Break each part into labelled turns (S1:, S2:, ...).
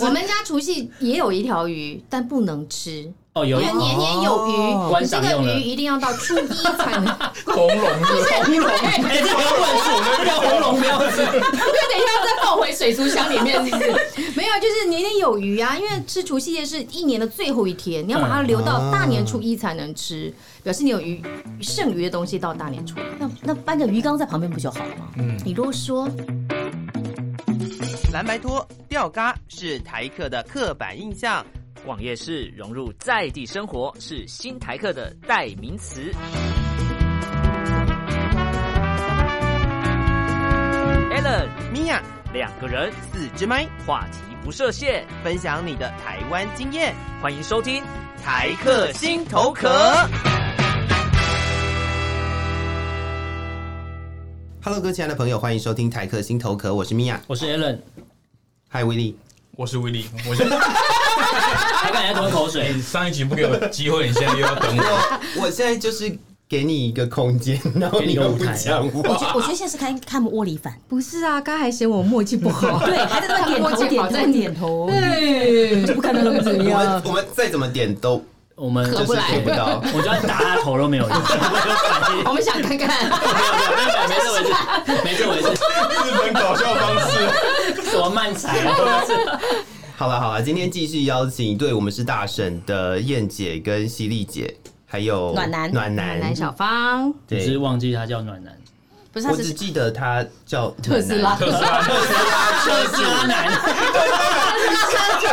S1: 我们家除夕也有一条鱼，但不能吃，
S2: 哦，
S1: 因
S2: 有
S1: 为
S2: 一
S1: 年年有
S3: 哦
S1: 余，
S2: 观
S1: 你这
S2: 赏
S1: 个
S2: 用的
S1: 鱼一定要到初一才 能。
S3: 红龙的红 龙，
S2: 哎，这个要乱数，这个叫红龙标志。
S4: 对，等一下再放回水族箱里面，是不是？
S1: 没有，就是 年年有余啊，因为吃除夕夜是一年的最后一天，你要把它留到大年初一才能吃，表示你有余剩余的东西到大年初一。那那搬个鱼缸在旁边不就好了吗？
S3: 嗯
S1: 你啰嗦，
S5: 蓝白拖、吊嘎是台客的刻板印象。
S6: 逛夜市融入在地生活是新台客的代名词。Allen
S5: 米娅，
S6: 两个人
S5: 四支麦，
S6: 话题不设限，
S5: 分享你的台湾经验，
S6: 欢迎收听。
S5: 台客心头壳。Hello，各位亲爱的朋友，欢迎收听台客心头壳，我是米娅，
S2: 我是 Alan，
S5: 嗨，威力。
S3: 我是威力，我是
S2: 还敢来吞口水？
S3: 你上一集不给我机会，你现在又要等我。
S5: 我现在就是给你一个空间，然后
S2: 给你
S5: 你
S2: 个
S5: 又
S2: 舞
S5: 不
S2: 台
S5: 讲
S7: 我
S5: 话。
S7: 觉我觉得现在是看看窝里反，
S1: 不是啊，刚还嫌我默契不 好，
S7: 对，还在那边点头点头点头，对，不可能那么
S5: 我
S7: 怎
S5: 们
S7: 样。
S5: 我们再怎么点都
S2: 我们
S5: 就是点不到。
S2: 我就要打他头都没有用。
S4: 我们想看看，
S2: 没事没事 没事没事，
S3: 日本搞笑方式，
S2: 什么慢才啊？
S5: 好了好了，今天继续邀请对我们是大婶的燕姐跟犀利姐，还有
S7: 暖男
S5: 暖男
S1: 来来小芳，
S2: 只是
S5: 对，
S2: 忘记他叫暖男，
S1: 不是
S5: 我
S1: 他
S5: 只
S1: 是
S5: 记得他叫
S4: 特斯拉，
S3: 特斯拉，
S2: 特斯拉男，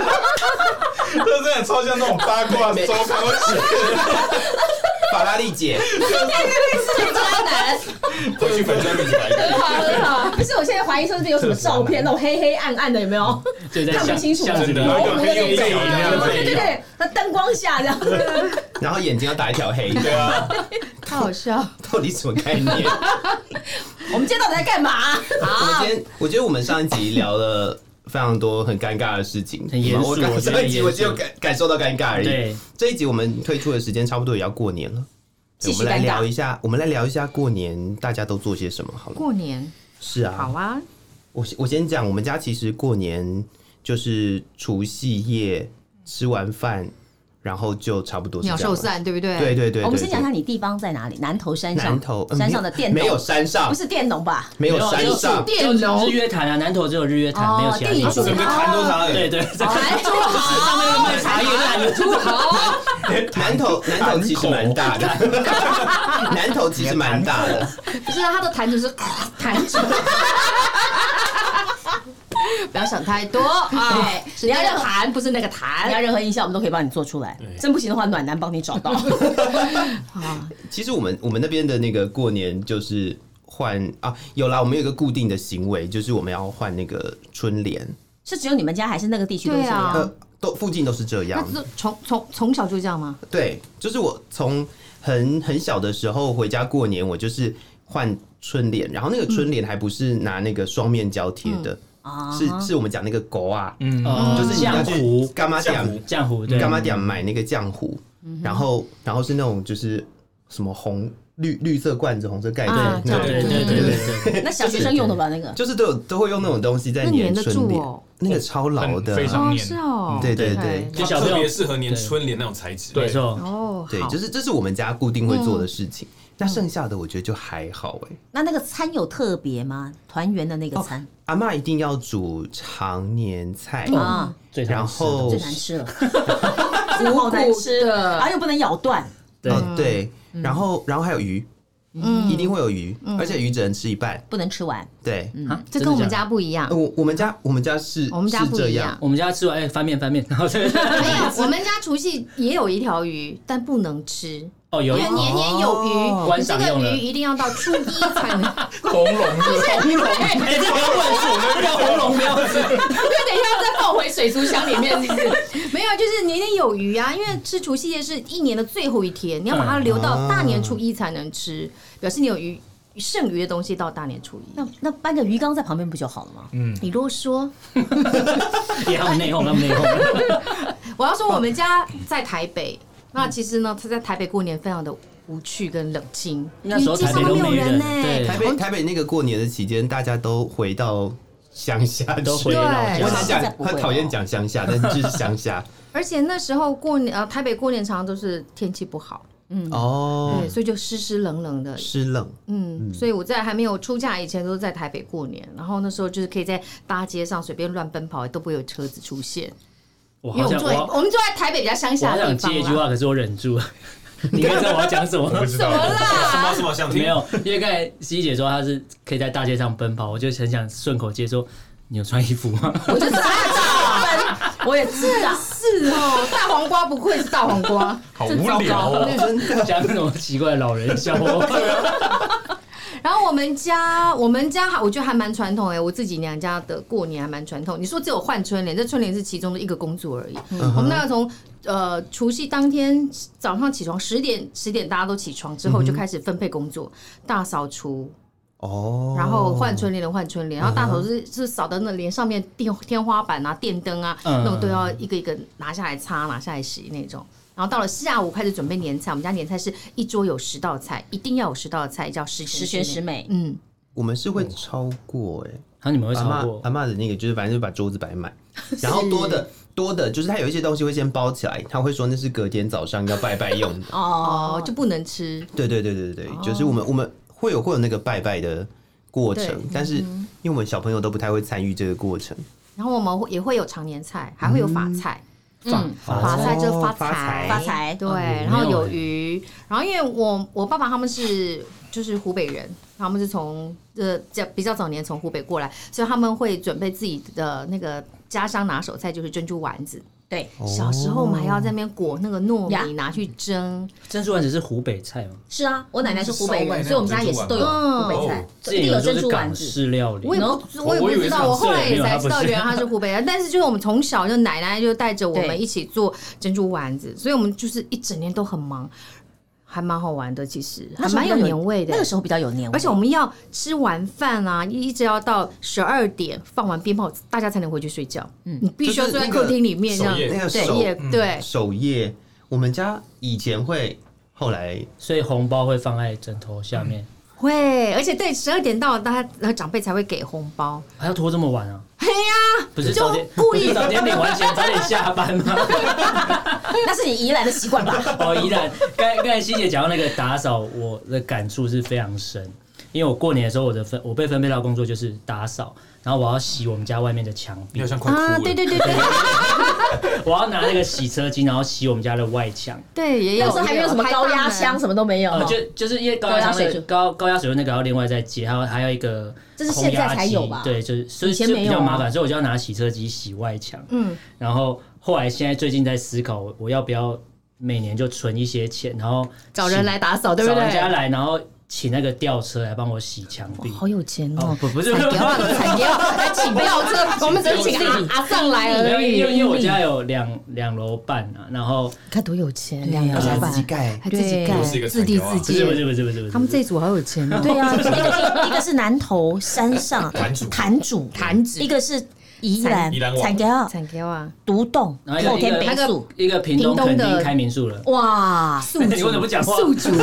S3: 特斯拉超像那种八卦周刊会写
S5: 法拉利姐，
S4: 渣男，
S3: 的，回去粉专里来的。
S4: 很好，
S7: 不是，我现在怀疑说是有什么照片，那种黑黑暗暗的，有没有？
S2: 就在
S7: 看
S2: 巷
S7: 不清楚哦
S2: 巷子里
S3: 真的，
S5: 啊
S3: 然后跟有背影一样，
S7: 对对对，那灯光下这样子，
S5: 然后眼睛要打一条黑，
S3: 对啊，
S1: 太好笑，
S5: 到底什么概念？
S7: 我们今天到底在干嘛？
S5: 我们今天我觉得我们上一集聊了。非常多很尴尬的事情，
S2: 很严肃
S5: 我刚
S2: 我觉得
S5: 上
S2: 很
S5: 一集
S2: 严肃
S5: 我只有感感受到尴尬而已。
S2: 对，
S5: 这一集我们推出的时间差不多也要过年了，
S7: 继
S5: 我
S7: 续
S5: 们来
S7: 尴
S5: 聊
S7: 尬
S5: 一下，我们来聊一下过年大家都做些什么好了。
S1: 过年
S5: 是啊，
S1: 好啊，
S5: 我我先讲，我们家其实过年就是除夕夜吃完饭，然后就差不多是
S1: 鸟
S5: 这样
S1: 兽
S5: 了。
S1: 散，对不对？
S5: 对对对，
S7: 哦我们先
S5: 对
S7: 讲一下
S5: 对
S7: 你地方在哪里？南头山上，
S5: 南头嗯
S7: 山上的电
S5: 没有
S7: 农，
S5: 山上，
S7: 不是电农吧？
S5: 没
S2: 啊
S5: 有山上，
S2: 电楼日月潭啊，南头只有日月潭，没有其他地
S7: 哦
S2: 方
S7: 地。
S3: 整个摊都他
S2: 对对，在
S7: 南头
S2: 上
S1: 哦
S2: 面卖茶叶蛋
S7: 哦
S2: 的，
S5: 南头南头其实蛮大的， 南头其实蛮大的，
S1: 不是啊，他的坛子是 坛子。不要想太 多啊！
S7: 对
S1: 是那个坛，不是那个坛
S5: 哎
S7: 你。要任何音效，我们都可以帮你做出来。真不行的话，暖男帮你 找到。
S5: 其实我们我们那边的那个过年就是换啊，有啦，我们有一个固定的行为，就是我们要换那个春联，
S7: 是只有你们家，还是那个地区都是这
S1: 对啊
S7: 样？
S5: 呃，都附近都是这
S1: 那
S5: 样。
S1: 是从从从小就这样吗？
S5: 对，就是我从很很小的时候回家过年，我就是换春联，然后那个春联还不是拿那个双面胶贴的，
S7: 啊
S5: 是是我们讲那个狗啊，
S2: 哦
S5: 就是你要
S2: 浆
S5: 去
S2: 糊，
S5: 干妈
S3: 浆
S5: 店
S3: 糊
S2: 浆糊对，
S5: 干妈店买那个浆糊，
S1: 嗯
S5: 然后然后是那种就是什么红绿绿色罐子，红色盖子
S1: 啊，
S5: 那
S2: 对对
S5: 种。
S2: 对对对对，
S5: 啊
S7: 那小学生用的吧？那个
S5: 就是都有都会用那种东西在
S1: 那粘
S5: 粘
S1: 得
S5: 春
S1: 住
S5: 联，
S1: 哦
S5: 那个超老的，
S3: 很非常
S1: 哦，
S3: 粘
S1: 是哦，
S5: 对对对
S1: OK
S2: 就小朋
S8: 特
S2: 友
S8: 别适合粘春联那种材质。
S2: 没，错，
S1: 哦，
S5: 对，
S1: 好嗯
S5: 就是这是我们家固定会做的事情。那剩下的我觉得就还好哎、
S7: 那那个餐有特别吗？团圆的那
S5: 哦
S7: 个餐
S5: 阿嬷一定要煮常年菜，
S1: 哦
S7: 啊，
S2: 最
S5: 然
S2: 常吃的
S5: 后
S7: 最难吃 了，真的好难吃
S4: 苦苦的
S7: 然后又不能咬断，
S2: 对
S5: 哦对，
S1: 嗯
S5: 然后然后还有鱼，一定会有鱼，而且鱼只能吃一半。
S7: 不能吃完。
S5: 对，
S2: 啊
S1: 这
S2: 真的
S1: 跟我们
S2: 假的
S1: 家不一样
S5: 呃。我我们家我们家是
S1: 嗯我们家
S5: 是
S1: 不
S5: 这
S1: 一
S5: 样
S1: 样，
S2: 我们家吃完哎翻面 翻面，然后 这
S1: 没有，我们家除夕也有一条鱼，但不能吃，
S2: 哦有
S1: 因为年年有
S5: 哦
S1: 余，
S2: 观
S1: 你这
S2: 赏
S1: 个
S2: 用的
S1: 鱼一定要到初一才能。
S3: 红龙 的，
S2: 红龙，哎这个要乱数，这个叫红龙标志。
S4: 对，等一下再放回水族箱里面，是不是？
S1: 没有，就是年年有余啊，因为吃除夕夜是一年的最后一天，你要把它留到大年初一才能吃，表示你有余剩余的东西到大年初一。
S2: 嗯
S7: 那那搬个鱼缸在旁边不就好了吗？
S8: 嗯
S1: 你啰嗦，
S2: 也很内讧，他们内讧。
S1: 我要说我们家在台北，那其实呢，他在台北过年非常的无趣跟冷清，
S2: 那时候
S1: 街
S2: 台
S1: 上
S2: 北
S1: 都
S2: 都
S1: 没有
S2: 没人，
S1: 呢、
S2: 对
S5: 台北台北那个过年的期间，大家都回到乡下
S2: 都
S5: 去
S2: 回。老
S1: 对
S5: 我
S1: 现
S5: 很
S2: 家。
S1: 在
S5: 想
S1: 不会
S5: 很
S1: 了
S5: 讨厌讲乡下，但是就是乡下
S1: 而且那时候过年呃，台北过年常常都是天气不好，
S2: 嗯
S5: 哦，
S1: 对，所以就湿湿冷冷的，
S5: 湿冷
S1: 嗯，所以我在还没有出嫁以前都是在台北过年，然后那时候就是可以在大街上随便乱奔跑，都不会有车子出现。
S2: 我
S4: 因为
S2: 好
S4: 我们
S2: 想
S4: 住
S2: 我
S4: 在
S2: 要
S4: 我们住在台北比较乡
S2: 我
S1: 啊
S4: 下的
S2: 好想
S4: 地方
S2: 接一句
S4: 啦。
S2: 话，可是我忍住了。你应该知道我要讲什么
S3: 我不
S2: 吗？
S3: 知道，
S8: 什么什么想听？
S2: 没有，因为刚才西姐说她是可以在大街上奔跑，我就很想顺口接说：“你有穿衣服吗？”
S4: 我就知道，我也知道，
S1: 是哦，大黄瓜不愧是大黄 瓜。
S3: 好无聊哦。
S2: 讲那种奇怪的老人笑话。
S1: 然后我们家，我们家还我觉得还蛮传统哎、我自己娘家的过年还蛮传统。你说只有换春联，这春联是其中的一个工作而已。
S2: 嗯
S1: 我们大概从呃除夕当天早上起床十点，十点大家都起床
S2: 嗯
S1: 之后就开始分配工作，大扫除，
S5: 哦，
S1: 然后换春联的换春联，然后大扫除是是扫的那连上面电天花板啊、电灯啊，
S2: 嗯
S1: 那种都要一个一个拿下来擦、拿下来洗那种。然后到了下午开始准备年菜，我们家年菜是一桌有十道菜，一定要有十道菜，叫十全
S7: 十全十
S1: 美。
S7: 美。
S1: 嗯，
S5: 我们是会超过哎、
S2: 然后你们会嗯
S5: 阿
S2: 超
S5: 嬷
S2: 过
S5: 阿嬷的那个就是反正就把桌子摆满，然后多的多的就是他有一些东西会先包起来，他会说那是隔天早上要拜拜用的。
S1: 哦，就不能吃。
S5: 对对对对对，就是我们我们会有会有那个拜拜的过
S1: 对
S5: 程，但是因为我们小朋友都不太会参与这个过程，
S1: 然后我们会也会有常年菜，还会有法菜，
S7: 嗯，
S1: 法菜就是发
S5: 发
S1: 财，
S5: 财
S7: 发财
S1: 对，
S7: 嗯
S1: 然后有鱼，然后因为我我爸爸他们是就是湖北人，他们是从呃较比较早年从湖北过来，所以他们会准备自己的那个家乡拿手菜就是珍珠丸子。
S7: 对，
S1: 小时候我们还要在那边裹那个糯
S7: 呀
S1: 米拿去蒸，
S2: 珍珠丸子是湖北菜吗？
S7: 是啊，我奶奶是湖北
S3: 烧麦那
S7: 人，
S8: 嗯
S3: 种
S7: 所以我们家也是都有湖北
S8: 哦
S7: 菜，
S2: 之
S7: 一
S2: 前
S7: 定
S2: 有
S7: 有
S2: 说
S7: 珍
S2: 是
S7: 珠丸
S2: 港
S7: 子。
S2: 式料理
S1: 我，也不
S7: No，
S1: 知我也不
S8: 我以为
S1: 知
S8: 是
S1: 道，我
S2: 港式
S1: 后来
S2: 没
S1: 也
S2: 有
S1: 才
S2: 它
S1: 知
S2: 不
S1: 道
S2: 是
S1: 原来他是湖北人，但是就是我们从小就奶奶就带着我
S7: 对
S1: 们一起做珍珠丸子，所以我们就是一整年都很忙，还蛮好玩的，其实还
S7: 那时候
S1: 蛮
S7: 比
S1: 有
S7: 较
S1: 年味的。
S7: 那个时候比较有年味，
S1: 而且我们要吃完饭啊，一直要到十二点放完鞭炮，大家才能回去睡觉。嗯，你必须要
S5: 就是
S1: 坐在
S5: 那个
S1: 客厅里面这样
S8: 守夜
S5: 那个
S1: 对
S5: 手
S1: 也对，
S5: 首页，我们家以前会，后来
S2: 所以红包会放在枕头下面，
S1: 会，而且对十二点到，大家然后长辈才会给红包。
S2: 还要拖这么晚啊？
S1: 嘿哎呀，
S2: 不是
S1: 就
S2: 早点，
S1: 故
S2: 不
S1: 意
S2: 是早点领完钱早点下 班吗？
S7: 那是你宜兰的习惯吧？
S2: 哦，依然，刚刚才希姐讲到那个打扫，我的感触是非常深，因为我过年的时候，我的分我被分配到工作就是打扫，然后我要洗我们家外面的墙
S8: 你
S2: 壁
S8: 好，像快哭了。
S1: 啊，对对对对
S2: 我要拿那个洗车机，然后洗我们家的外墙。
S1: 对，也有
S7: 那时候还没有什么高压箱，，什么都没有
S2: 呃，。
S8: 啊
S2: 就就是因为高压
S7: 哦高压水
S2: 水
S7: 就
S2: 高高压水那个要另外再接，还有还有一个
S7: 这是
S2: 空压
S7: 现在才
S2: 机
S7: 有吧
S2: 对，就是所以
S7: 以前
S2: 就
S7: 没
S2: 比
S7: 有
S2: 较
S7: 啊
S2: 麻烦，所以我就要拿洗车机洗外墙。
S1: 嗯，
S2: 然后后来现在最近在思考，我我要不要每年就存一些钱，然后
S1: 找人
S2: 请
S1: 来打扫，对不
S2: 找人家
S1: 对？
S2: 来，然后请那个吊车来帮我洗墙壁。
S1: 好有钱
S2: 哦
S1: 哦，，
S2: 不不 是，
S1: 不要不要，来请 吊车，我们只是请阿阿上来
S2: 没有
S1: 而已。
S2: 因为因为我家有两两楼半啊，然后
S1: 看多有钱，
S7: 对啊
S1: 两个老板
S5: 盖，
S1: 还自己
S8: 又是
S1: 盖，
S8: 一个
S1: 自立
S8: 产业
S1: 自
S8: 啊
S2: 不是不是
S1: 建，
S2: 不是不是不是，
S1: 他们这一组好有钱哦。
S7: 对啊，一个一个是南投山上
S8: 坛主
S7: 坛主，
S1: 坛主
S7: 一个是宜兰
S8: 宜兰王
S7: 产家
S1: 产给啊，
S7: 独栋
S2: 然后
S7: 后
S2: 一个
S7: 天
S2: 一
S7: 北
S2: 个
S7: 宿，
S2: 一个屏东
S1: 屏东
S2: 肯
S1: 的
S2: 定开民宿了。
S7: 哇，
S1: 宿
S2: 你为什么不讲话？
S1: 宿主，
S4: 所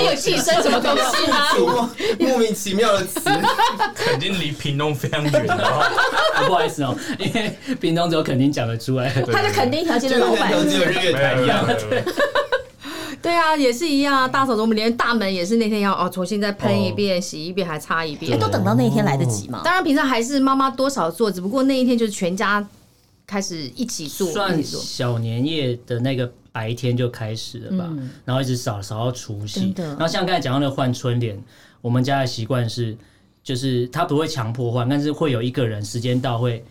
S4: 以有寄生什么
S2: 哦
S4: 东西吗？
S5: 莫名其妙的词，
S8: 肯定离屏东非常远啊！
S2: 不好意思哦，因为屏东只有肯定讲得出来。
S7: 他就肯定一条街的老板
S5: 就。是日月潭一样。
S1: 对啊，也是一样啊。大扫除，我们连大门也是那天要哦重新再喷一遍、洗一遍，还擦一
S7: 哎，
S1: 遍
S7: 都。等到那一天来得及吗？
S1: 当然，平常还是妈妈多少做，只不过那一天就是全家开始一起做，一
S2: 算
S1: 起做。
S2: 小年夜的那个白天就开始了吧，然后一直扫扫到除夕
S1: 真。的
S2: 然后像刚才讲到那个换春联，我们家的习惯是，就是他不会强迫换，但是会有一个人时间到会。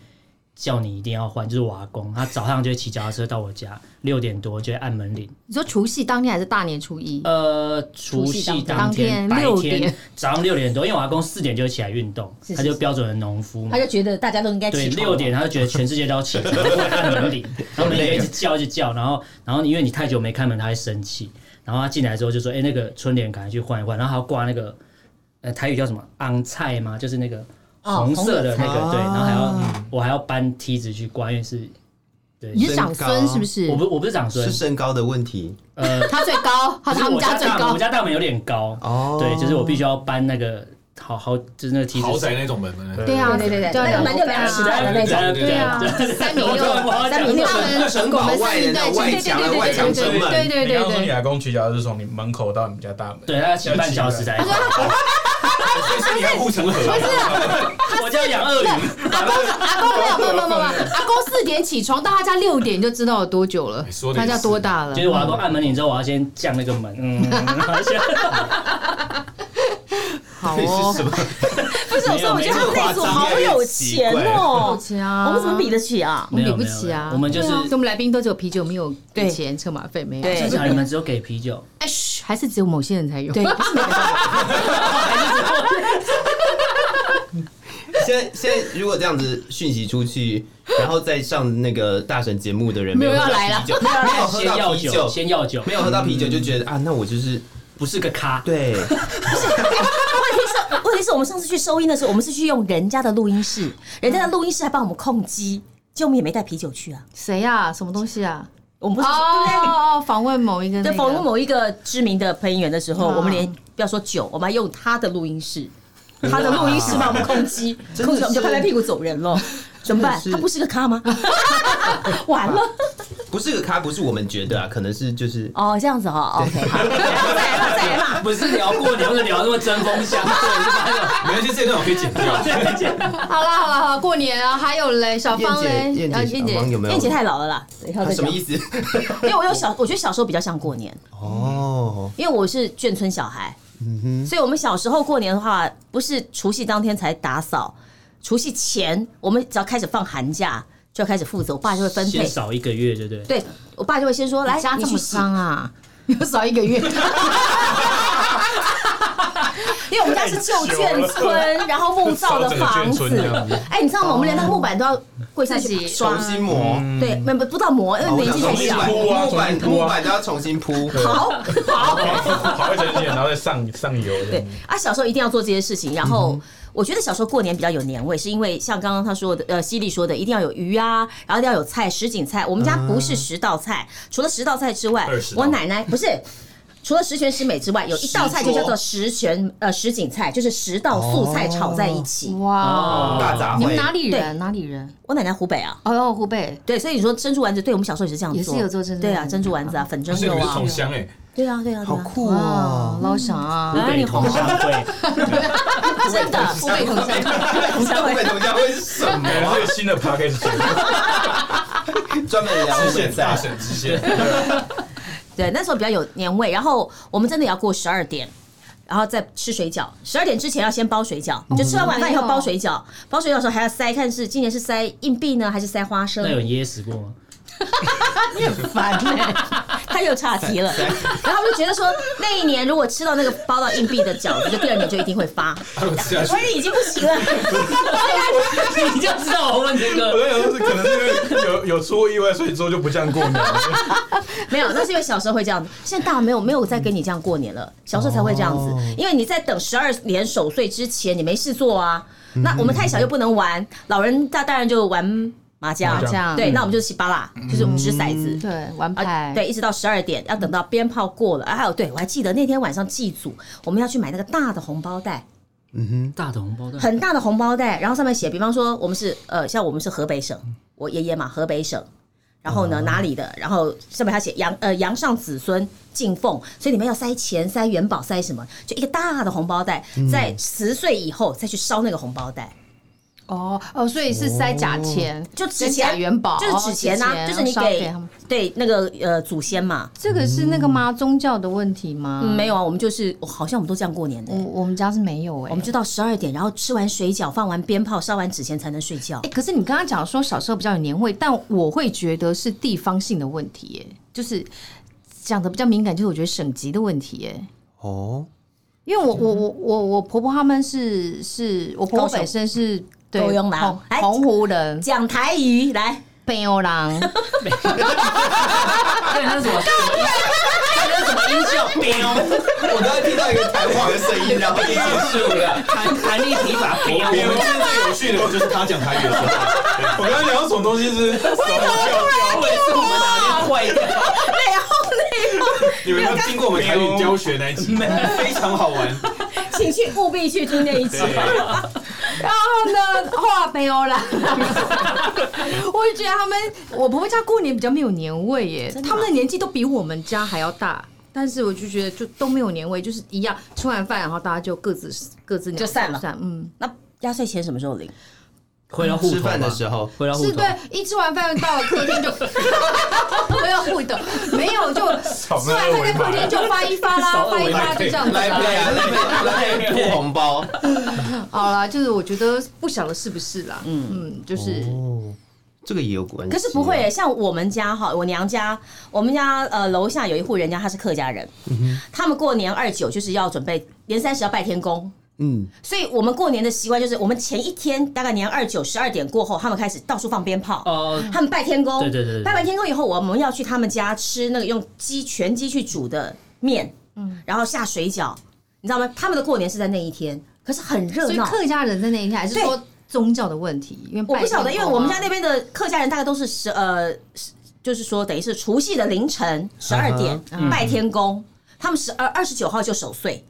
S2: 叫你一定要换，就是我阿公，他早上就会骑脚踏车到我家， 六点多就会按门铃。
S1: 你说除夕当天还是大年初一？
S2: 呃，除
S1: 夕
S2: 夕
S1: 当
S2: 当
S1: 当天
S2: 天白
S1: 6
S2: 天
S1: 点
S2: 早上六点多，因为我阿公四点就会起来运动，
S7: 是
S2: 他就标准的农夫
S8: 嗯
S2: 嘛
S7: 他，就觉得大家都应该
S2: 对，
S7: 起床
S2: 六
S7: 了
S2: 点他就觉得全世界都要起床，然后按门铃，然后门铃就一直叫一直叫，然后然后因为你太久没开门，他会生气。然后他进来之后就说：“哎、那个春联赶快去换一换。”然后还要挂那个呃台语叫什么昂菜吗？就是那个
S7: 哦
S2: 红色的那个、
S5: 红色菜
S2: 对，然后还要、我还要搬梯子去挂，因为是对
S1: 你是长孙是不是
S2: 我？不我不是长孙
S5: 是，身高的问题
S2: 呃，
S1: 他最高，他
S2: 就是
S1: 他们
S2: 我家
S1: 最
S2: 大门
S1: 高
S2: 我。家大门有点高，
S5: 哦。
S2: 对，就是我必须要搬那个好好，就是那个梯子
S8: 豪宅那种门呢？
S1: 对啊，
S7: 对对对
S1: 对啊
S7: 那个门就
S1: 对
S7: 两
S1: 啊
S7: 尺大的那种
S2: 对
S1: 对啊，三米六，三米六，他们
S5: 城堡外人的
S1: 我
S5: 外
S1: 们是
S5: 墙啊
S1: 对
S5: 外墙城门
S1: 对对
S8: 你刚
S1: 对
S8: 刚说你
S1: 对。
S8: 阿公取角是从你门口到你们家大门，
S2: 对，他骑半小时才到。
S8: 所以是你要护城河。
S2: 我家养鳄
S7: 啊
S2: 鱼，
S1: 阿公阿公没有没有没有没有，阿公四点起床，到他家六点就知道有多久了
S8: 你说，的
S1: 他
S8: 也是
S1: 家多大了
S2: 就？是我要公按门铃之后，我要先降那个门，嗯，然后先
S1: 好
S5: 这是
S1: 哦
S5: 什，么？
S7: 不是，我说我觉得他们那组好有钱
S1: 好
S7: 哦，
S1: 奇啊，
S7: 我们怎么比得起啊？
S1: 我们比
S2: 没有
S1: 不
S2: 没有
S1: 起啊，
S2: 我们就是
S1: 对啊所以我们来宾都只有啤酒，没有
S7: 对
S1: 钱车马费没有，
S7: 对
S2: 至少你们只有给啤酒，
S1: 哎，嘘还是只有某些人才有，
S7: 对，不是每个都
S5: 现在现在如果这样子讯息出去，然后再上那个大神节目的人
S1: 没有
S5: 喝
S1: 要
S5: 到
S1: 来了
S5: 啤酒没有喝
S2: 先
S5: 到
S2: 要
S5: 啤
S2: 酒，
S5: 酒，
S2: 先嗯要酒，
S5: 没有喝到啤酒就觉得啊，那我就是
S2: 不是个咖，
S5: 对，
S7: 有问题是我们上次去收音的时候，我们是去用人家的录音室，人家的录音室还帮我们控机，结果我们也没带啤酒去啊。
S1: 谁呀？什么东西啊？
S7: 我们不
S1: 哦
S7: 是对
S1: 哦，哦访问某一个
S7: 不
S1: 那
S7: 对？
S1: 个
S7: 在访问某一个知名的配音员的时候，
S1: 嗯
S7: 我们连不要说酒，我们还用他的录音室。他的录音室帮我们控机，
S5: 真的
S7: 控
S5: 是
S7: 机我们就拍拍屁股走人了，怎么办？
S5: 真的是
S7: 他不是个咖 吗？ 完了
S5: 不是个咖，不是我们觉得啊，可能是就是
S7: 哦，这样子哈，OK，好，再来吧，再来 吧。
S2: 不是聊过年或者聊那么针锋相对，就把那个
S8: 没关系，这一段我可以剪掉。
S2: 对对对
S1: 好了好了好了，过年啊，还有嘞，小芳嘞，
S5: 燕
S1: 啊
S5: 姐燕姐小芳有没有
S7: 燕姐太老了啦，以后
S5: 啊
S7: 再
S5: 什
S7: 讲
S5: 么。意思？
S7: 因为我有小，我觉得小时候比较像过年，
S5: 哦，
S7: 因为我是眷村小孩，所以我们小时候过年的话，不是除夕当天才打扫，除夕前我们只要开始放寒假就要开始负责，我爸就会分
S2: 先
S7: 配。
S2: 少一个月，对不对？
S7: 对我爸就会先说来，
S1: 家
S7: 你
S1: 这
S7: 去
S1: 么
S7: 洗。
S1: 脏啊，又少一个 月，
S7: 因为我们家是旧眷村，然后木造的房
S8: 烧整个眷村这
S7: 子
S8: 样子。
S7: 哎、你知道吗？我们连那个木板都要跪下
S1: 自己
S7: 去刷
S5: 重，新磨，
S7: 对，没不不到磨，因
S5: 啊
S7: 为
S5: 我
S7: 年
S5: 想
S7: 纪太
S5: 重新
S7: 小。
S5: 铺
S8: 啊
S5: 木板
S8: 重新铺啊
S5: 木板都要重新铺，
S7: 好，好，
S8: 跑一整天，然后再上上游这
S7: 对
S8: 样。
S7: 啊，小时候一定要做这些事情。然后我觉得小时候过年比较有年味，是因为像刚刚他说的，呃，犀利说的，一定要有鱼啊，然后一定要有菜，什锦菜。我们家不是十道菜，除了十道菜之外
S8: 20，道
S7: 我奶奶不是。除了十全十美之外，有一道菜就叫做十全呃十锦菜，就是十道素菜炒在一起。
S1: 哦
S2: 哦
S7: 哦
S1: 哇，
S5: 大杂
S1: 你们
S5: 烩。
S1: 哪里
S7: 对
S1: 人？哪里人？
S7: 我奶奶湖北啊，
S1: 哦哟，湖北，
S7: 对，所以你说珍珠丸子，对我们小时候也是这样
S1: 也
S7: 做，
S1: 是有做珍珠丸子
S7: 对啊，珍珠丸子啊，粉蒸
S8: 所以
S7: 肉
S8: 你们是
S7: 啊
S8: 同，乡哎，
S7: 对啊，对啊，哎对
S5: 好
S7: 啊，
S5: 酷
S1: 哇
S5: 哦！，
S1: 老想啊，
S2: 湖北同乡会，
S7: 真的，
S1: 湖北同乡，
S7: 同乡
S5: 东
S7: 会
S5: 北同乡会是什么
S8: 感
S5: 啊
S8: 觉？是新的 p a c k a g
S5: 专门聊
S8: e
S5: 我
S8: 支线
S5: 们
S8: 大
S5: 在
S8: 省支线，
S7: 对，那时候比较有年味。然后我们真的也要过十二点，然后再吃水饺。十二点之前要先包水饺，你就吃完晚饭以后包水饺。包水饺的时候还要塞，看是今年是塞硬币呢，还是塞花
S2: 那有
S7: 生？
S2: 噎死过吗？
S7: 烦欸他又岔题了。然后我就觉得说，那一年如果吃到那个包到硬币的饺子，就第二年就一定会 发。
S8: 他们吃下去
S7: 所。以已经不行了，
S2: 你就知道我问这
S8: 我
S2: 个，
S8: 在想说，是可能是因为有 有出过意外，所以之后就不这样过年了。
S7: 没有，那是因为小时候会这 样子，现在大了没有没有再跟你这样过年了，小时候才会这样子，
S1: 哦
S7: 因为你在等十二年守岁之前，你没事做啊。
S1: 嗯
S7: 那我们太小又不能玩，老人大当然就玩麻将，
S8: 麻
S1: 将嗯
S7: 对，那我们就是洗巴啦，就是我们掷骰子。
S1: 对，玩
S7: 啊
S1: 牌，，
S7: 对，一直到十二点，要等到鞭炮过了。啊，还有，对我还记得那天晚上祭祖，我们要去买那个大的红包袋，
S5: 嗯
S2: 大的红包袋，
S7: 很大的红包袋，然后上面写，比方说我们是呃，像我们是河北省，我爷爷嘛，河北省，然后呢、哪里的，然后上面还写阳呃阳上子孙敬奉，所以里面要塞钱、塞元宝、塞什么，就一个大的红包袋，在十岁以后再去烧那个红包袋，
S1: 哦哦，所以是塞假钱，
S7: 哦就纸
S1: 真假
S7: 钱
S1: 元宝，
S7: 就是纸钱呐、
S1: 哦
S7: 就是你
S1: 烧
S7: 给
S1: 他们。
S7: 对那个呃祖先嘛、
S1: 这个是那个吗？宗教的问题吗？
S7: 嗯没有啊，我们就是哦好像我们都这样过年的、
S1: 我我们家是没有哎、
S7: 我们就到十二点，然后吃完水饺、放完鞭炮、烧完纸钱才能睡觉
S1: 哎、。可是你刚刚讲说小时候比较有年味，但我会觉得是地方性的问题耶，就是讲的比较敏感，就是我觉得省级的问题耶。
S5: 哦，
S1: 因为我我我我我婆婆他们是是我婆
S7: 高
S1: 婆
S7: 雄
S1: 本身是对
S7: 高雄人
S1: 澎
S7: 哎
S1: 澎湖人，
S7: 讲台语来，
S1: 北欧人，
S2: 看他是什么，看他是什么音效，彪，
S5: 我刚才听到一个弹簧的声音，然后就结束了。
S2: 弹弹力皮法，彪。
S8: 我们今天这个
S3: 有趣的就是他讲台语的时候，
S8: 我刚才两种东西是什么
S6: 为什么哪里坏 掉？
S3: 你们要经过我们台语教学那一集，非常好玩。
S7: 请去务必去听那 一集。
S1: 然后呢，话没有啦。 我就觉得他们，我婆婆家过年比较没有年味耶，
S7: 真的吗
S1: 他们的年纪都比我们家还要大。但是我就觉得就都没有年味，就是一样吃完饭，然后大家就各自各自
S7: 就散了
S1: 散嗯，
S7: 那压岁钱什么时候领？
S2: 回到户
S5: 吃
S2: 头
S5: 饭
S2: 嘛
S5: 的时候，
S2: 回到户
S1: 是
S2: 头
S1: 对，一吃完饭到了客厅就 我要互动，没有就吃完饭在客厅就发一发啦，发一发就这样子啦。
S5: 来对 啊，来来 付红包，
S1: 好啦，就是我觉得不晓得是不是啦，嗯嗯，就是
S5: 哦，这个也有关系。
S7: 可
S5: 啊
S7: 是不会耶，像我们家哈，我娘家，我们家呃楼下有一户人家，他是客家人，
S2: 嗯
S7: 他们过年二九就是要准备年三十要拜天公，
S5: 嗯，
S7: 所以我们过年的习惯就是，我们前一天大概年二九十二点过后，他们开始到处放鞭炮。
S2: 哦，
S7: 他们拜天公，
S2: 对对对对
S7: 拜完天公以后，我们要去他们家吃那个用鸡全鸡去煮的面，嗯，然后下水饺，你知道吗？他们的过年是在那一天，可是很热
S1: 所以
S7: 闹。
S1: 客家人在那一天还是
S7: 对
S1: 说宗教的问题，因为
S7: 我
S1: 拜
S7: 不晓得，因
S1: 天
S7: 为
S1: 后
S7: 我们
S1: 啊
S7: 家那边的客家人大概都是十呃，十就是说等于是除夕的凌晨十二
S2: 嗯
S7: 点、拜天公，他们十二二十九号就守岁，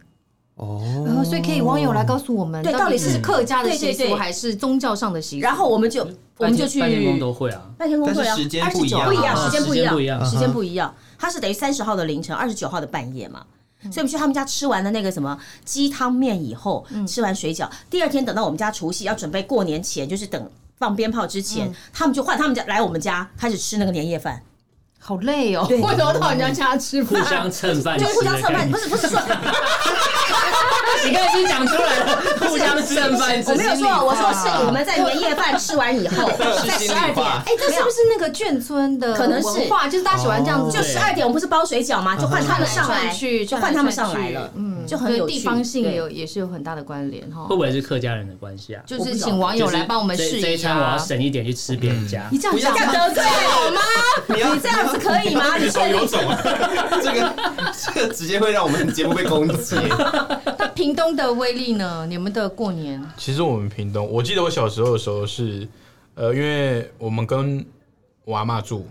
S5: 哦，
S7: 呃
S1: 然后，呃所以可以网友来告诉我们，
S7: 对到底是
S1: 客家的习
S7: 对对
S1: 俗
S7: 对
S1: 还是宗教上的习俗？
S7: 然后我们就我们就去
S2: 嗯拜天公都会啊，
S7: 拜天公
S5: 但
S7: 会啊，
S5: 是时间
S7: 二
S5: 不
S7: 十
S5: 一
S7: 九
S5: 样啊
S7: 不一样，
S2: 啊
S7: 时间不一
S2: 时间
S7: 样
S2: 不一，样嗯
S7: 时间不一样，它是等于三十号的凌晨，二十九号的半夜嘛。所以我们去他们家吃完的那个什么鸡汤面以后，吃完水饺，第二天等到我们家除夕要准备过年前，就是等放鞭炮之前，他们就换他们家来我们家开始吃那个年夜饭，
S1: 好累哦，
S7: 对
S1: 为什么到人家家吃
S2: 互
S1: 饭？
S2: 相蹭饭，
S7: 就互相蹭饭，不，是不是说
S2: 你刚才已经讲出来了，互相蹭饭，
S7: 我没有
S2: 这是
S7: 说，啊
S2: 你
S7: 我说是我们在年夜饭吃完以后，在
S5: 心
S7: 十
S5: 里
S7: 二点，
S5: 话
S1: 哎，这是不是 那个眷村的
S7: 可能是
S1: 文化？就是大家喜欢这样子，
S2: 哦
S7: 就十二点，我们不是包水饺吗？就换他们上来，
S1: 串嗯去，
S7: 就换他们
S1: 串
S7: 上
S1: 来
S7: 来
S1: 串去
S7: 了，
S1: 嗯，
S7: 就很有
S1: 所以
S7: 趣
S1: 地方性
S7: 对
S1: 也有也是有很大的关联哈
S2: 会。不会是客家人的关系啊？
S1: 就
S7: 我不
S1: 是
S7: 知道
S1: 请网友来帮我们
S2: 就是
S1: 试
S2: 这这一餐我要
S1: 啊。
S2: 省一点去吃别人家
S1: 你，这样
S5: 不要
S1: 讲
S7: 这
S1: 吗，
S7: 样得罪我吗？你这样子可以吗？你确定？
S3: 种啊，
S5: 这个这个直接会让我们节目被攻击。
S1: 那屏东的威力呢？你们的过年
S8: 其实我们屏东，我记得我小时候的时候是，呃，因为我们跟我阿妈住，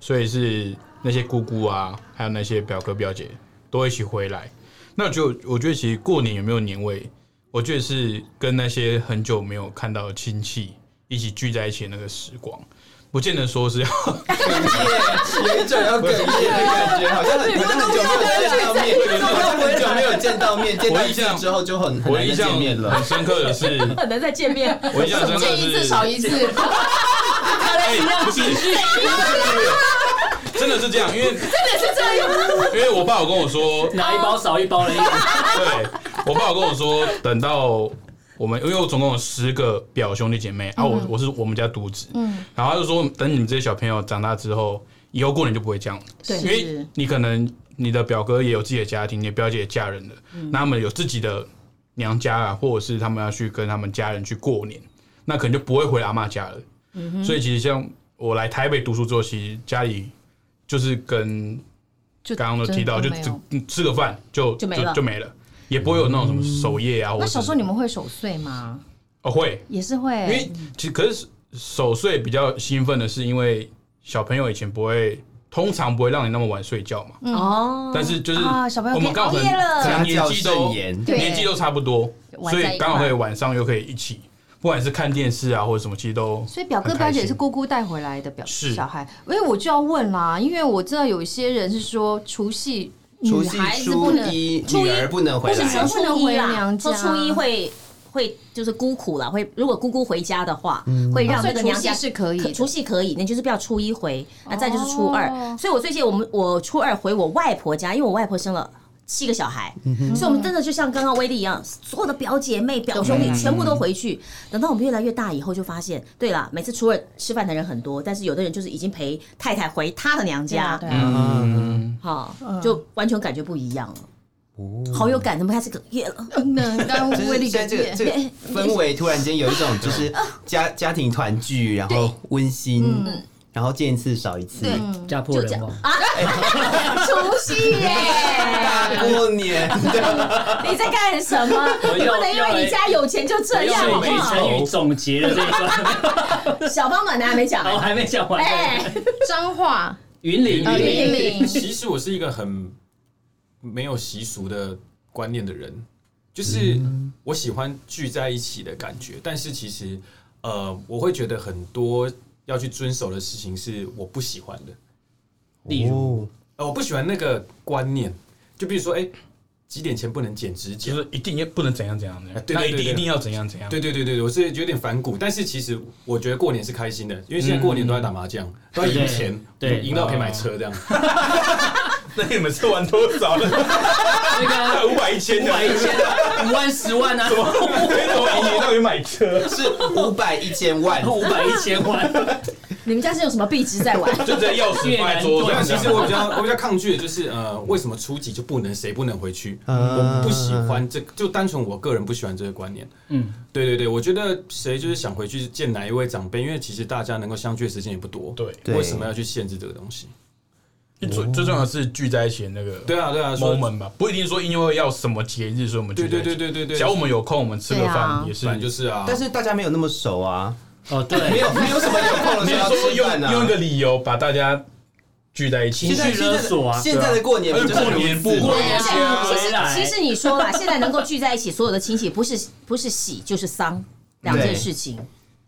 S8: 所以是那些姑姑啊，还有那些表哥表姐都会一起回来。那我就我觉得其实过年有没有年味，我觉得是跟那些很久没有看到的亲戚一起聚在一起的那个时光，不见得说是要
S5: 有一种要哽咽的感觉，好像很好像很久没有见到面，好像很久没有见到面，见到一次之后就很很
S8: 我
S5: 难
S8: 印
S5: 再
S8: 象
S5: 见面了
S8: 很。深刻的是，
S7: 很难再见 面，
S8: 我印象深刻
S4: 见
S8: 的
S4: 一
S8: 是
S4: 次少一次，
S8: 哎、不是，真的是这样，因为真的是这样，因为我爸有跟我说，
S2: 拿一包少一包的意思，
S8: 对我爸有跟我说，等到我们，因为我总共有十个表兄弟姐妹啊，我我是我们家独子，然后他就说，等你们这些小朋友长大之后，以后过年就不会这样，
S7: 对
S8: 因为你可能你的表哥也有自己的家庭，你的表姐也嫁人了，那他们有自己的娘家啊，或者是他们要去跟他们家人去过年，那可能就不会回阿妈家了。所以其实像我来台北读书之后，其实家里就是跟
S1: 就
S8: 刚刚都提到，就
S1: 真的没有
S8: 只吃个饭就
S7: 就没了
S8: 就没了，也不会有那种什么守夜啊。或
S1: 那
S8: 者是
S1: 小时候你们会守岁吗？
S8: 哦会，
S1: 也是
S8: 因
S1: 会
S8: 为其实可是守岁比较兴奋的是，因为小朋友以前不会，通常不会让你那么晚睡觉嘛。
S7: 哦，
S8: 但是就是
S1: 嗯啊小朋友
S8: 我们
S1: 可以
S8: 刚好可
S1: 熬夜了
S8: 能可能年纪
S5: 家教
S8: 都
S5: 甚严
S1: 对
S8: 年纪都差不多，
S1: 玩
S8: 所
S1: 在一块
S8: 以刚好可以晚上又可以一起，不管是看电视啊或者什么，其实都
S1: 所以表哥
S8: 很
S1: 表
S8: 开心
S1: 姐是姑姑带回来的表
S8: 是
S1: 小孩，因为我就要问啦，因为我知道有一些人是说除夕
S5: 除
S1: 女
S5: 夕
S1: 孩子不
S5: 初
S1: 能，
S5: 一，女儿不能回
S1: 不
S5: 来
S1: 行。
S7: 说初一
S1: 不能回
S7: 啦，
S1: 娘家
S7: 说初一会会就是孤苦啦，会如果姑姑回家的话，会让
S1: 所
S7: 那
S1: 以
S7: 个
S1: 除
S7: 娘
S1: 夕
S7: 家
S1: 是可以的
S7: 除夕可以，那就是不要初一回，那再就是初二
S1: 哦。
S7: 所以我最近我们我初二回我外婆家，因为我外婆生了。七个小孩，
S1: 嗯
S7: 所以我们真的就像刚刚威力一样，所有的表姐妹、表兄
S1: 嗯
S7: 弟全部都回去。等到我们越来越大以后，就发现，对啦，每次初二吃饭的人很多，但是有的人就是已经陪太太回她的娘
S1: 对啊
S7: 家，
S1: 对啊，
S8: 嗯，
S7: 哈，就完全感觉不一样了。
S1: 哦
S7: 好有感，怎么开始哽咽了？
S1: 那当
S5: 就是
S1: 威力
S5: 现在这
S1: 表姐
S5: 个这个氛围，突然间有一种就是家家庭团聚，然后温馨，然后见一次少一次。
S2: 家破人 亡。
S7: 除夕
S1: 哦
S7: 耶！
S5: 大过年的，
S7: 你在干什么？
S2: 我
S7: 你
S2: 要
S7: 不能因为你家有钱就这样好
S2: 用
S7: 不
S2: 美
S7: 好？
S2: 成语总结了这一段，
S7: 小方暖男还没讲
S2: 我
S7: 完，
S2: 还没讲完。
S7: 哎，
S1: 脏话，
S2: 云林，
S1: 呃，
S2: 哦云
S1: 云
S2: 林，
S1: 林，
S3: 其实我是一个很没有习俗的观念的人，就是
S2: 嗯
S3: 我喜欢聚在一起的感觉，但是其实呃，我会觉得很多要去遵守的事情是我不喜欢的，
S2: 例如
S5: 如
S3: 呃，我不喜欢那个观念，就比如说，哎、几点前不能剪指甲
S8: 就，是一定也不能怎样怎样的
S3: 啊，对对
S8: 那一
S3: 对
S8: 定
S3: 对
S8: 一定要怎样怎样。
S3: 对对对对，对我是有点反骨，但是其实我觉得过年是开心的，因为现在过年都在打麻将，都在赢钱，
S2: 嗯对
S3: 赢到可以买车这样。
S8: 那你们吃完多少了？
S2: 那个
S8: 五百一千
S2: 五百一千，五万十万啊，
S8: 我到底买车？
S5: 是五百一千万，
S2: 五百一千万，
S7: 你们家是用什么币值在玩？
S8: 就直接钥匙放在桌
S2: 越
S3: 对啊，
S8: 上。
S3: 其实我比较我比较抗拒的就是呃，为什么初几就不能谁不能回去？
S5: 嗯
S3: 我不喜欢这，就单纯我个人不喜欢这个观念。
S2: 嗯，
S3: 对对对，我觉得谁就是想回去见哪一位长辈，因为其实大家能够相聚的时间也不多。
S8: 对
S5: 对
S3: 为什么要去限制这个东西？
S8: 最最重要的是聚在一起的那个
S3: 对啊对啊，说
S8: moment 吧，不一定说因为要什么节日，所以我们聚
S3: 对
S8: 在
S3: 对
S8: 一
S3: 对
S8: 起。
S3: 对对对，
S8: 只要我们有空，我们吃个
S7: 对啊
S8: 饭也是
S3: 本。来就是啊，
S5: 但是大家没有那么熟啊，
S2: 哦对，
S5: 没有没有什么有空的
S8: 你
S5: 时候
S8: 说
S5: 要吃
S8: 用
S5: 饭啊。
S8: 用一个理由把大家聚在一起
S5: 现，在
S2: 情绪勒索啊
S5: 现在的过年不就是
S8: 而且过年
S5: 如此
S8: 不
S5: 吗
S8: 回
S7: 其
S8: 家
S2: 回来
S7: 实其实你说吧，现在能够聚在一起，所有的亲戚不是不是喜就是丧两件事情，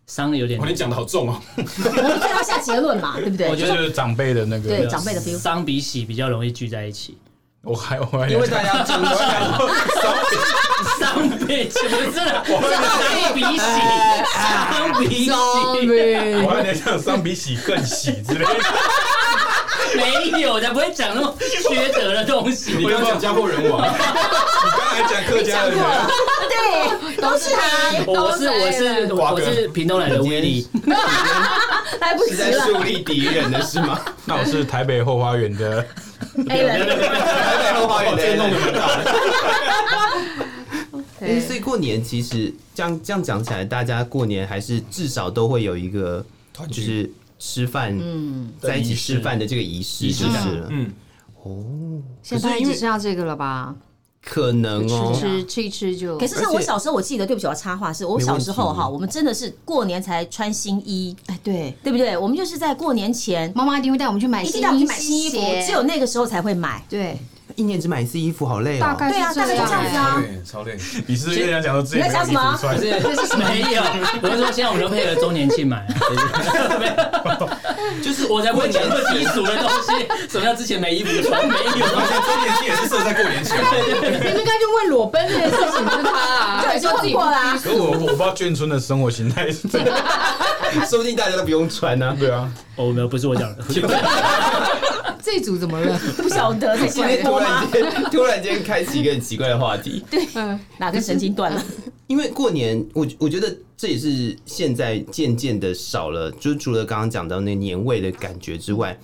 S2: 伤的有点
S3: 我，你讲的好重哦，
S7: 我们最后下结论嘛，对不对？
S8: 我觉得就是长辈的那个。
S7: 对长辈的 feel
S2: 伤比喜比较容易聚在一起，
S8: 我还我还
S5: 因为大家
S8: 我还想说
S2: 伤比 喜不是啦，伤比喜，伤比喜，
S8: 我还在想伤比喜更喜之类的。
S2: 没有，才不会讲那么缺德的东西。
S3: 你刚刚讲家破 人亡，
S8: 你刚才讲客家的人，
S7: 对，都是他，
S2: 我是我是我是屏东来的威力，
S7: 来不及
S5: 是在
S7: 了。
S5: 树立敌 人的是吗？
S8: 那我是台北后花园的
S7: A 人，
S5: 台北后花园
S3: 这弄得
S5: 的。
S3: 很大。
S5: 哎所以过年其实这样这样讲起来，大家过年还是至少都会有一个，
S3: 团
S5: 就
S3: 聚
S5: 是吃饭，嗯，在一起吃饭的这个仪式，就是了。
S3: 嗯，
S1: 现在只剩下这个了吧？
S5: 可能哦，
S1: 吃吃一吃就。
S7: 可是像我小时候，我记得，对不起，我要插话，是我小时候
S5: 没问
S7: 哈，
S5: 题
S7: 我们真的是过年才穿新衣，
S1: 哎，对，
S7: 对不对？我们就是在过年前
S1: 妈妈一定会带我们去买
S7: 一定
S1: 新
S7: 要
S1: 衣
S7: 去买新衣服，
S1: 鞋
S7: 只有那个时候才会买。
S1: 对，
S5: 一年只买一次衣服，好累哦。
S1: 大概
S7: 对啊，
S1: 是
S7: 大概就这样子啊。
S3: 对，超累。
S8: 你是不是又想讲说自己没有
S7: 你在讲什么
S8: 衣服穿
S2: 没有，我是说现在我们就配合周年庆买啊，
S5: 就 是
S2: 我才不会讲那么低俗的东西。什么叫之前没衣服穿？没有，
S3: 周年庆也是设在过年 前，
S4: 你们应该就问裸奔这件事情，就是他 啊，
S7: 就已经问过啦、
S8: 可我我不知道眷村的生活形态是怎样。
S5: 说不定大家都不用穿呢、啊。
S8: 对啊，
S2: 哦，没有，不是我讲的，
S1: 这一组怎么了？
S7: 不晓得才
S5: 今
S7: 怪
S5: 天突
S7: 多吗
S5: 然？间，突然间开启一个很奇怪的话题，
S7: 哪根神经断 了？
S5: 因为过年，我我觉得这也是现在渐渐的少了，就是除了刚刚讲到那年味的感觉之外，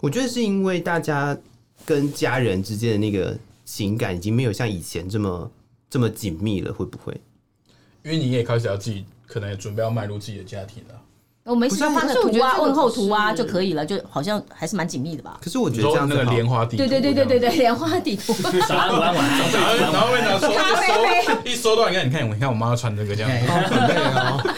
S5: 我觉得是因为大家跟家人之间的那个情感已经没有像以前这么这么紧密了，会不会？
S8: 因为你也开始要自己，可能也准备要迈入自己的家庭了。
S7: 我没事就发
S1: 不
S7: 个
S1: 是可是我
S7: 图
S1: 觉得
S7: 啊，
S1: 这个
S7: 问候图啊
S1: 不是
S7: 就可以了，就好像还是蛮紧密的吧。
S5: 可是我觉
S8: 你
S5: 得这
S8: 说
S5: 样
S8: 那
S5: 子
S8: 个
S5: 好
S8: 莲花地，
S7: 对对对对对。对，莲花地 图。
S2: 早安、晚安、晚安，
S8: 然后，然后会拿收
S7: 咖啡
S8: 一收一收到，你看你看我你看我妈穿这个这样，
S5: 很累哦，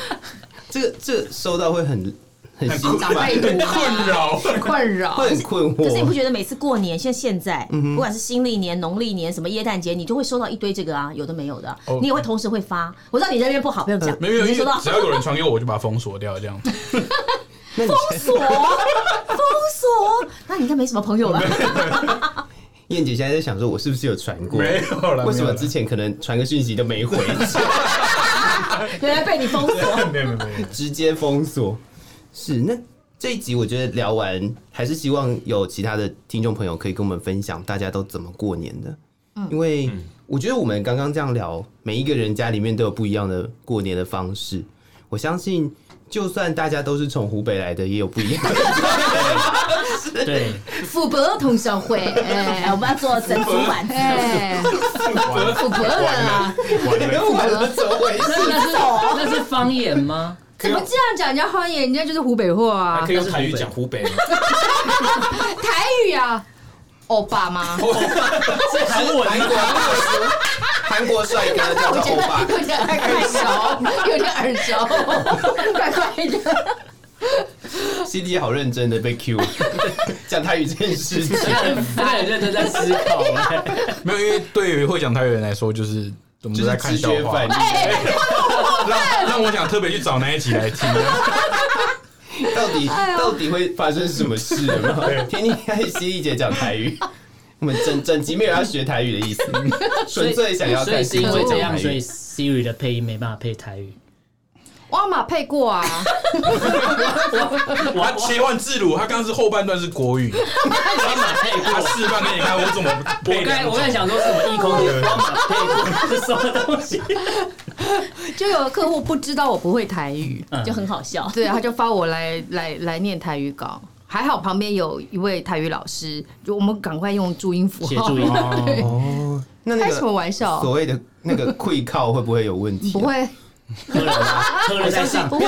S5: 这个这个收到会很很心
S4: 长
S5: 烦，
S4: 辈
S8: 很困扰。
S4: 困扰
S5: 会。很困惑。
S7: 可是你不觉得每次过年，像现在，不管是新历年、农历年，什么耶诞节，你就会收到一堆这个啊，有的没有的啊
S8: 哦，
S7: 你也会同时会发。我知道你那边不好，不用讲，
S8: 没有，
S7: 你
S8: 因
S7: 收
S8: 为
S7: 到
S8: 只要有人传给我，我就把它封锁掉，这样。
S5: 那你
S7: 锁封锁，那你应该没什么朋友了。
S5: 燕姐现在在想说，我是不是有传过？
S8: 没有啦没有啦
S5: 为什么之前可能传个讯息都没回，
S7: 原来被你封锁，
S8: 没有没有没有，
S5: 直接封锁？是那这一集我觉得聊完，还是希望有其他的听众朋友可以跟我们分享大家都怎么过年的，因为我觉得我们刚刚这样聊，每一个人家里面都有不一样的过年的方式，我相信。就算大家都是从湖北来的，也有不一 样的。
S2: 对，
S1: 富伯同乡会，
S7: 哎，
S1: 哎
S7: 我们要做神主碗，
S1: 哎，富伯了啊，
S5: 完了，怎么回事？
S2: 那是那是方言吗？
S1: 怎么这样讲人家方言？人家就是湖北话
S3: 还
S1: 啊
S3: 哎可，以用台语讲湖北吗？
S1: 台语啊，欧巴吗？
S2: 这韩文
S5: 韩
S2: 啊
S5: 国韩国帅哥叫做 欧巴，
S1: 有点耳熟，有点耳熟，怪怪的。
S5: C D 好认真的被 Q，讲台语这件事 情，
S2: 他很认真在思 考欸。
S8: 没有，因为对于会讲台语的人来说，就是我们
S5: 就
S8: 都在
S5: 是
S8: 看
S5: 直
S8: 笑
S5: 觉
S8: 话
S5: 反，应。
S1: 哎
S8: 让让我想特别去找那一集来听。
S5: 到底到底会发生什么事有没有？天天看犀利姐讲台语，我们整整集没有要学台语的意思，纯粹想要
S2: 所以
S5: 看
S2: 是
S5: 犀
S2: 因
S5: 利
S2: 为
S5: 姐
S2: 这
S5: 讲
S2: 样，
S5: 台
S2: 所以
S5: 语。
S2: Siri 的配音没办法配台语。
S1: 我马配过啊，
S8: 他切换自如，他刚刚是后半段是国语，他示范给你看我怎么
S2: 我
S8: 配
S2: 刚才
S8: 两
S2: 我
S8: 种
S2: 在想说什么异空间光马配过是什么东西？
S1: 就有客户不知道我不会台语，
S7: 就很好笑。
S1: 对，他就发我来来来念台语稿。还好旁边有一位台语老师，就我们赶快用注音符
S2: 写
S1: 号
S2: 注。音
S5: 哦，那 那
S1: 开什么
S5: 个
S1: 玩笑？
S5: 所谓的那个跪靠会不会有问题啊？
S1: 不会，
S2: 喝了吗？喝了再上。
S1: 不会，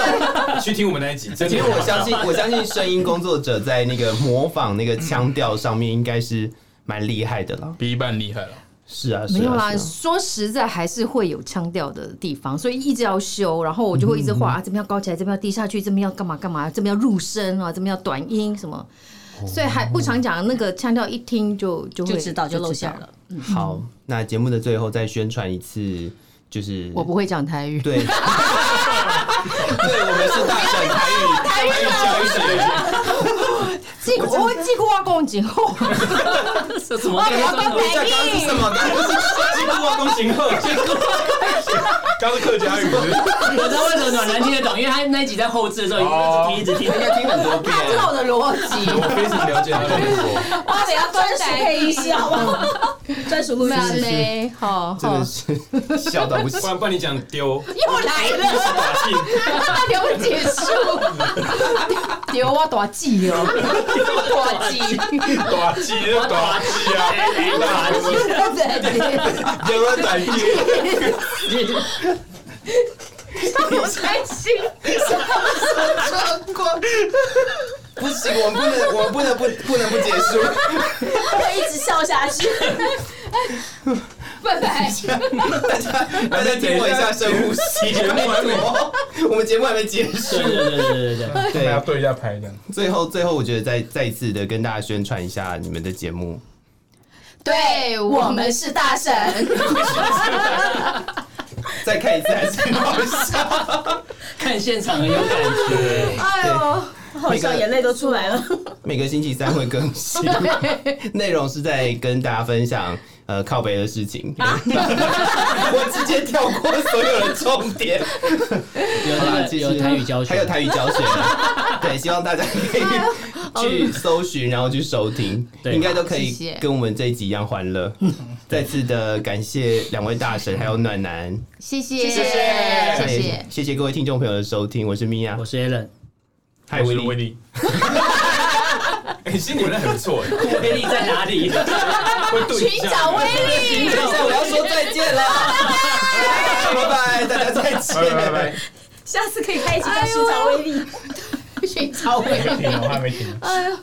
S3: 去听我们那一 集，真的
S5: 因为我相信，我相信声音工作者在那个模仿那个腔调上面应该是蛮厉害的了。
S8: 比一半厉害了。
S5: 是啊，
S1: 没
S5: 是
S1: 有
S5: 啊
S1: 啦。
S5: 是啊
S1: 说实在，还是会有腔调的地方，所以一直要修。然后我就会一直
S5: 嗯
S1: 画啊，这边要高起来，这边要低下去，这边要干嘛干嘛，这边要入声啊，这边要短音什么。
S5: 哦
S1: 所以还不常讲那个腔调，一听就就会
S7: 就知道就露馅。了，
S5: 好，那节目的最后再宣传一次，就是
S1: 我不会讲台语，
S5: 对， 对，我们是大省台语台语教学，
S1: 记我会记过阿公景后，
S2: 这怎么跟
S5: 刚刚是什么？刚刚是
S3: 金箍王公行鹤，
S8: 刚刚是客家语，
S2: 我知道为什么暖男听得懂，因为他那一集在后置的时候一直听一直
S5: 应
S2: 听。
S5: 该听很多遍。
S7: 知道我的逻辑。
S3: 我非常了解他的工作。
S7: 哇，得要专属配音
S1: 啊
S7: 师好不好？专属录音
S1: 那
S7: 师。
S1: 嘞，好
S5: 真
S1: 好
S5: 的，是 笑到不行
S3: 不。然不然你讲 丢，
S1: 又来
S3: 一
S1: 了，
S3: 是打进，
S1: 大刘结束，丢我大忌哦，大忌，
S8: 短鸡是短鸡啊，
S5: 有了短句，
S1: 开心。
S5: 不行，我们不能，我们不能不不能不结 束。
S7: 会一直笑下去。
S1: 拜拜。
S5: 大家听我一下，深呼吸。
S8: 节目还没
S5: 我们节目还没结束。
S2: 对对对对对对，
S8: 大
S5: 对
S8: 家，对一下牌这样。
S5: 最后最后，我觉得再再一次的跟大家宣传一下你们的节目。
S1: 对我们是大神，
S5: 再看一次还是很好 笑。
S2: 看现场很有感觉。
S1: 哎呦，
S7: 好笑，眼泪都出来了。
S5: 每个星期三会更新， 内容是在跟大家分享呃靠北的事情。 我直接跳过所有的重点，
S2: 有
S5: 好啦
S2: 那个
S5: 其 实
S2: 有台语教学，
S5: 还有台语教 学。对，希望大家可
S1: 哎
S5: 以 去搜寻，然后去收听，
S2: 对嗯
S5: 应该都可以
S1: 好谢谢
S5: 跟我们这一集一样欢乐。再次的感谢两位大神，还有暖男，
S1: 谢谢谢
S5: 那
S1: 谢
S5: 也
S1: 谢，
S5: 谢谢各位听众朋友的收听，我是米娅
S2: 我，是 Alan，
S5: 嗨，
S8: 我
S5: 威
S8: 是
S5: 力，
S8: 威力，
S3: 哎，心里人很不错哎，
S2: 威力在哪里？
S3: 会对一下。
S1: 啊威力，
S5: 等一下我要说再见了，拜拜，大家再见，
S8: 拜拜拜拜。
S7: 下次可以开一集叫寻找威力。
S1: 寻找威
S8: 还没
S1: 力，
S8: 停哦，还没停。
S1: 哎呦，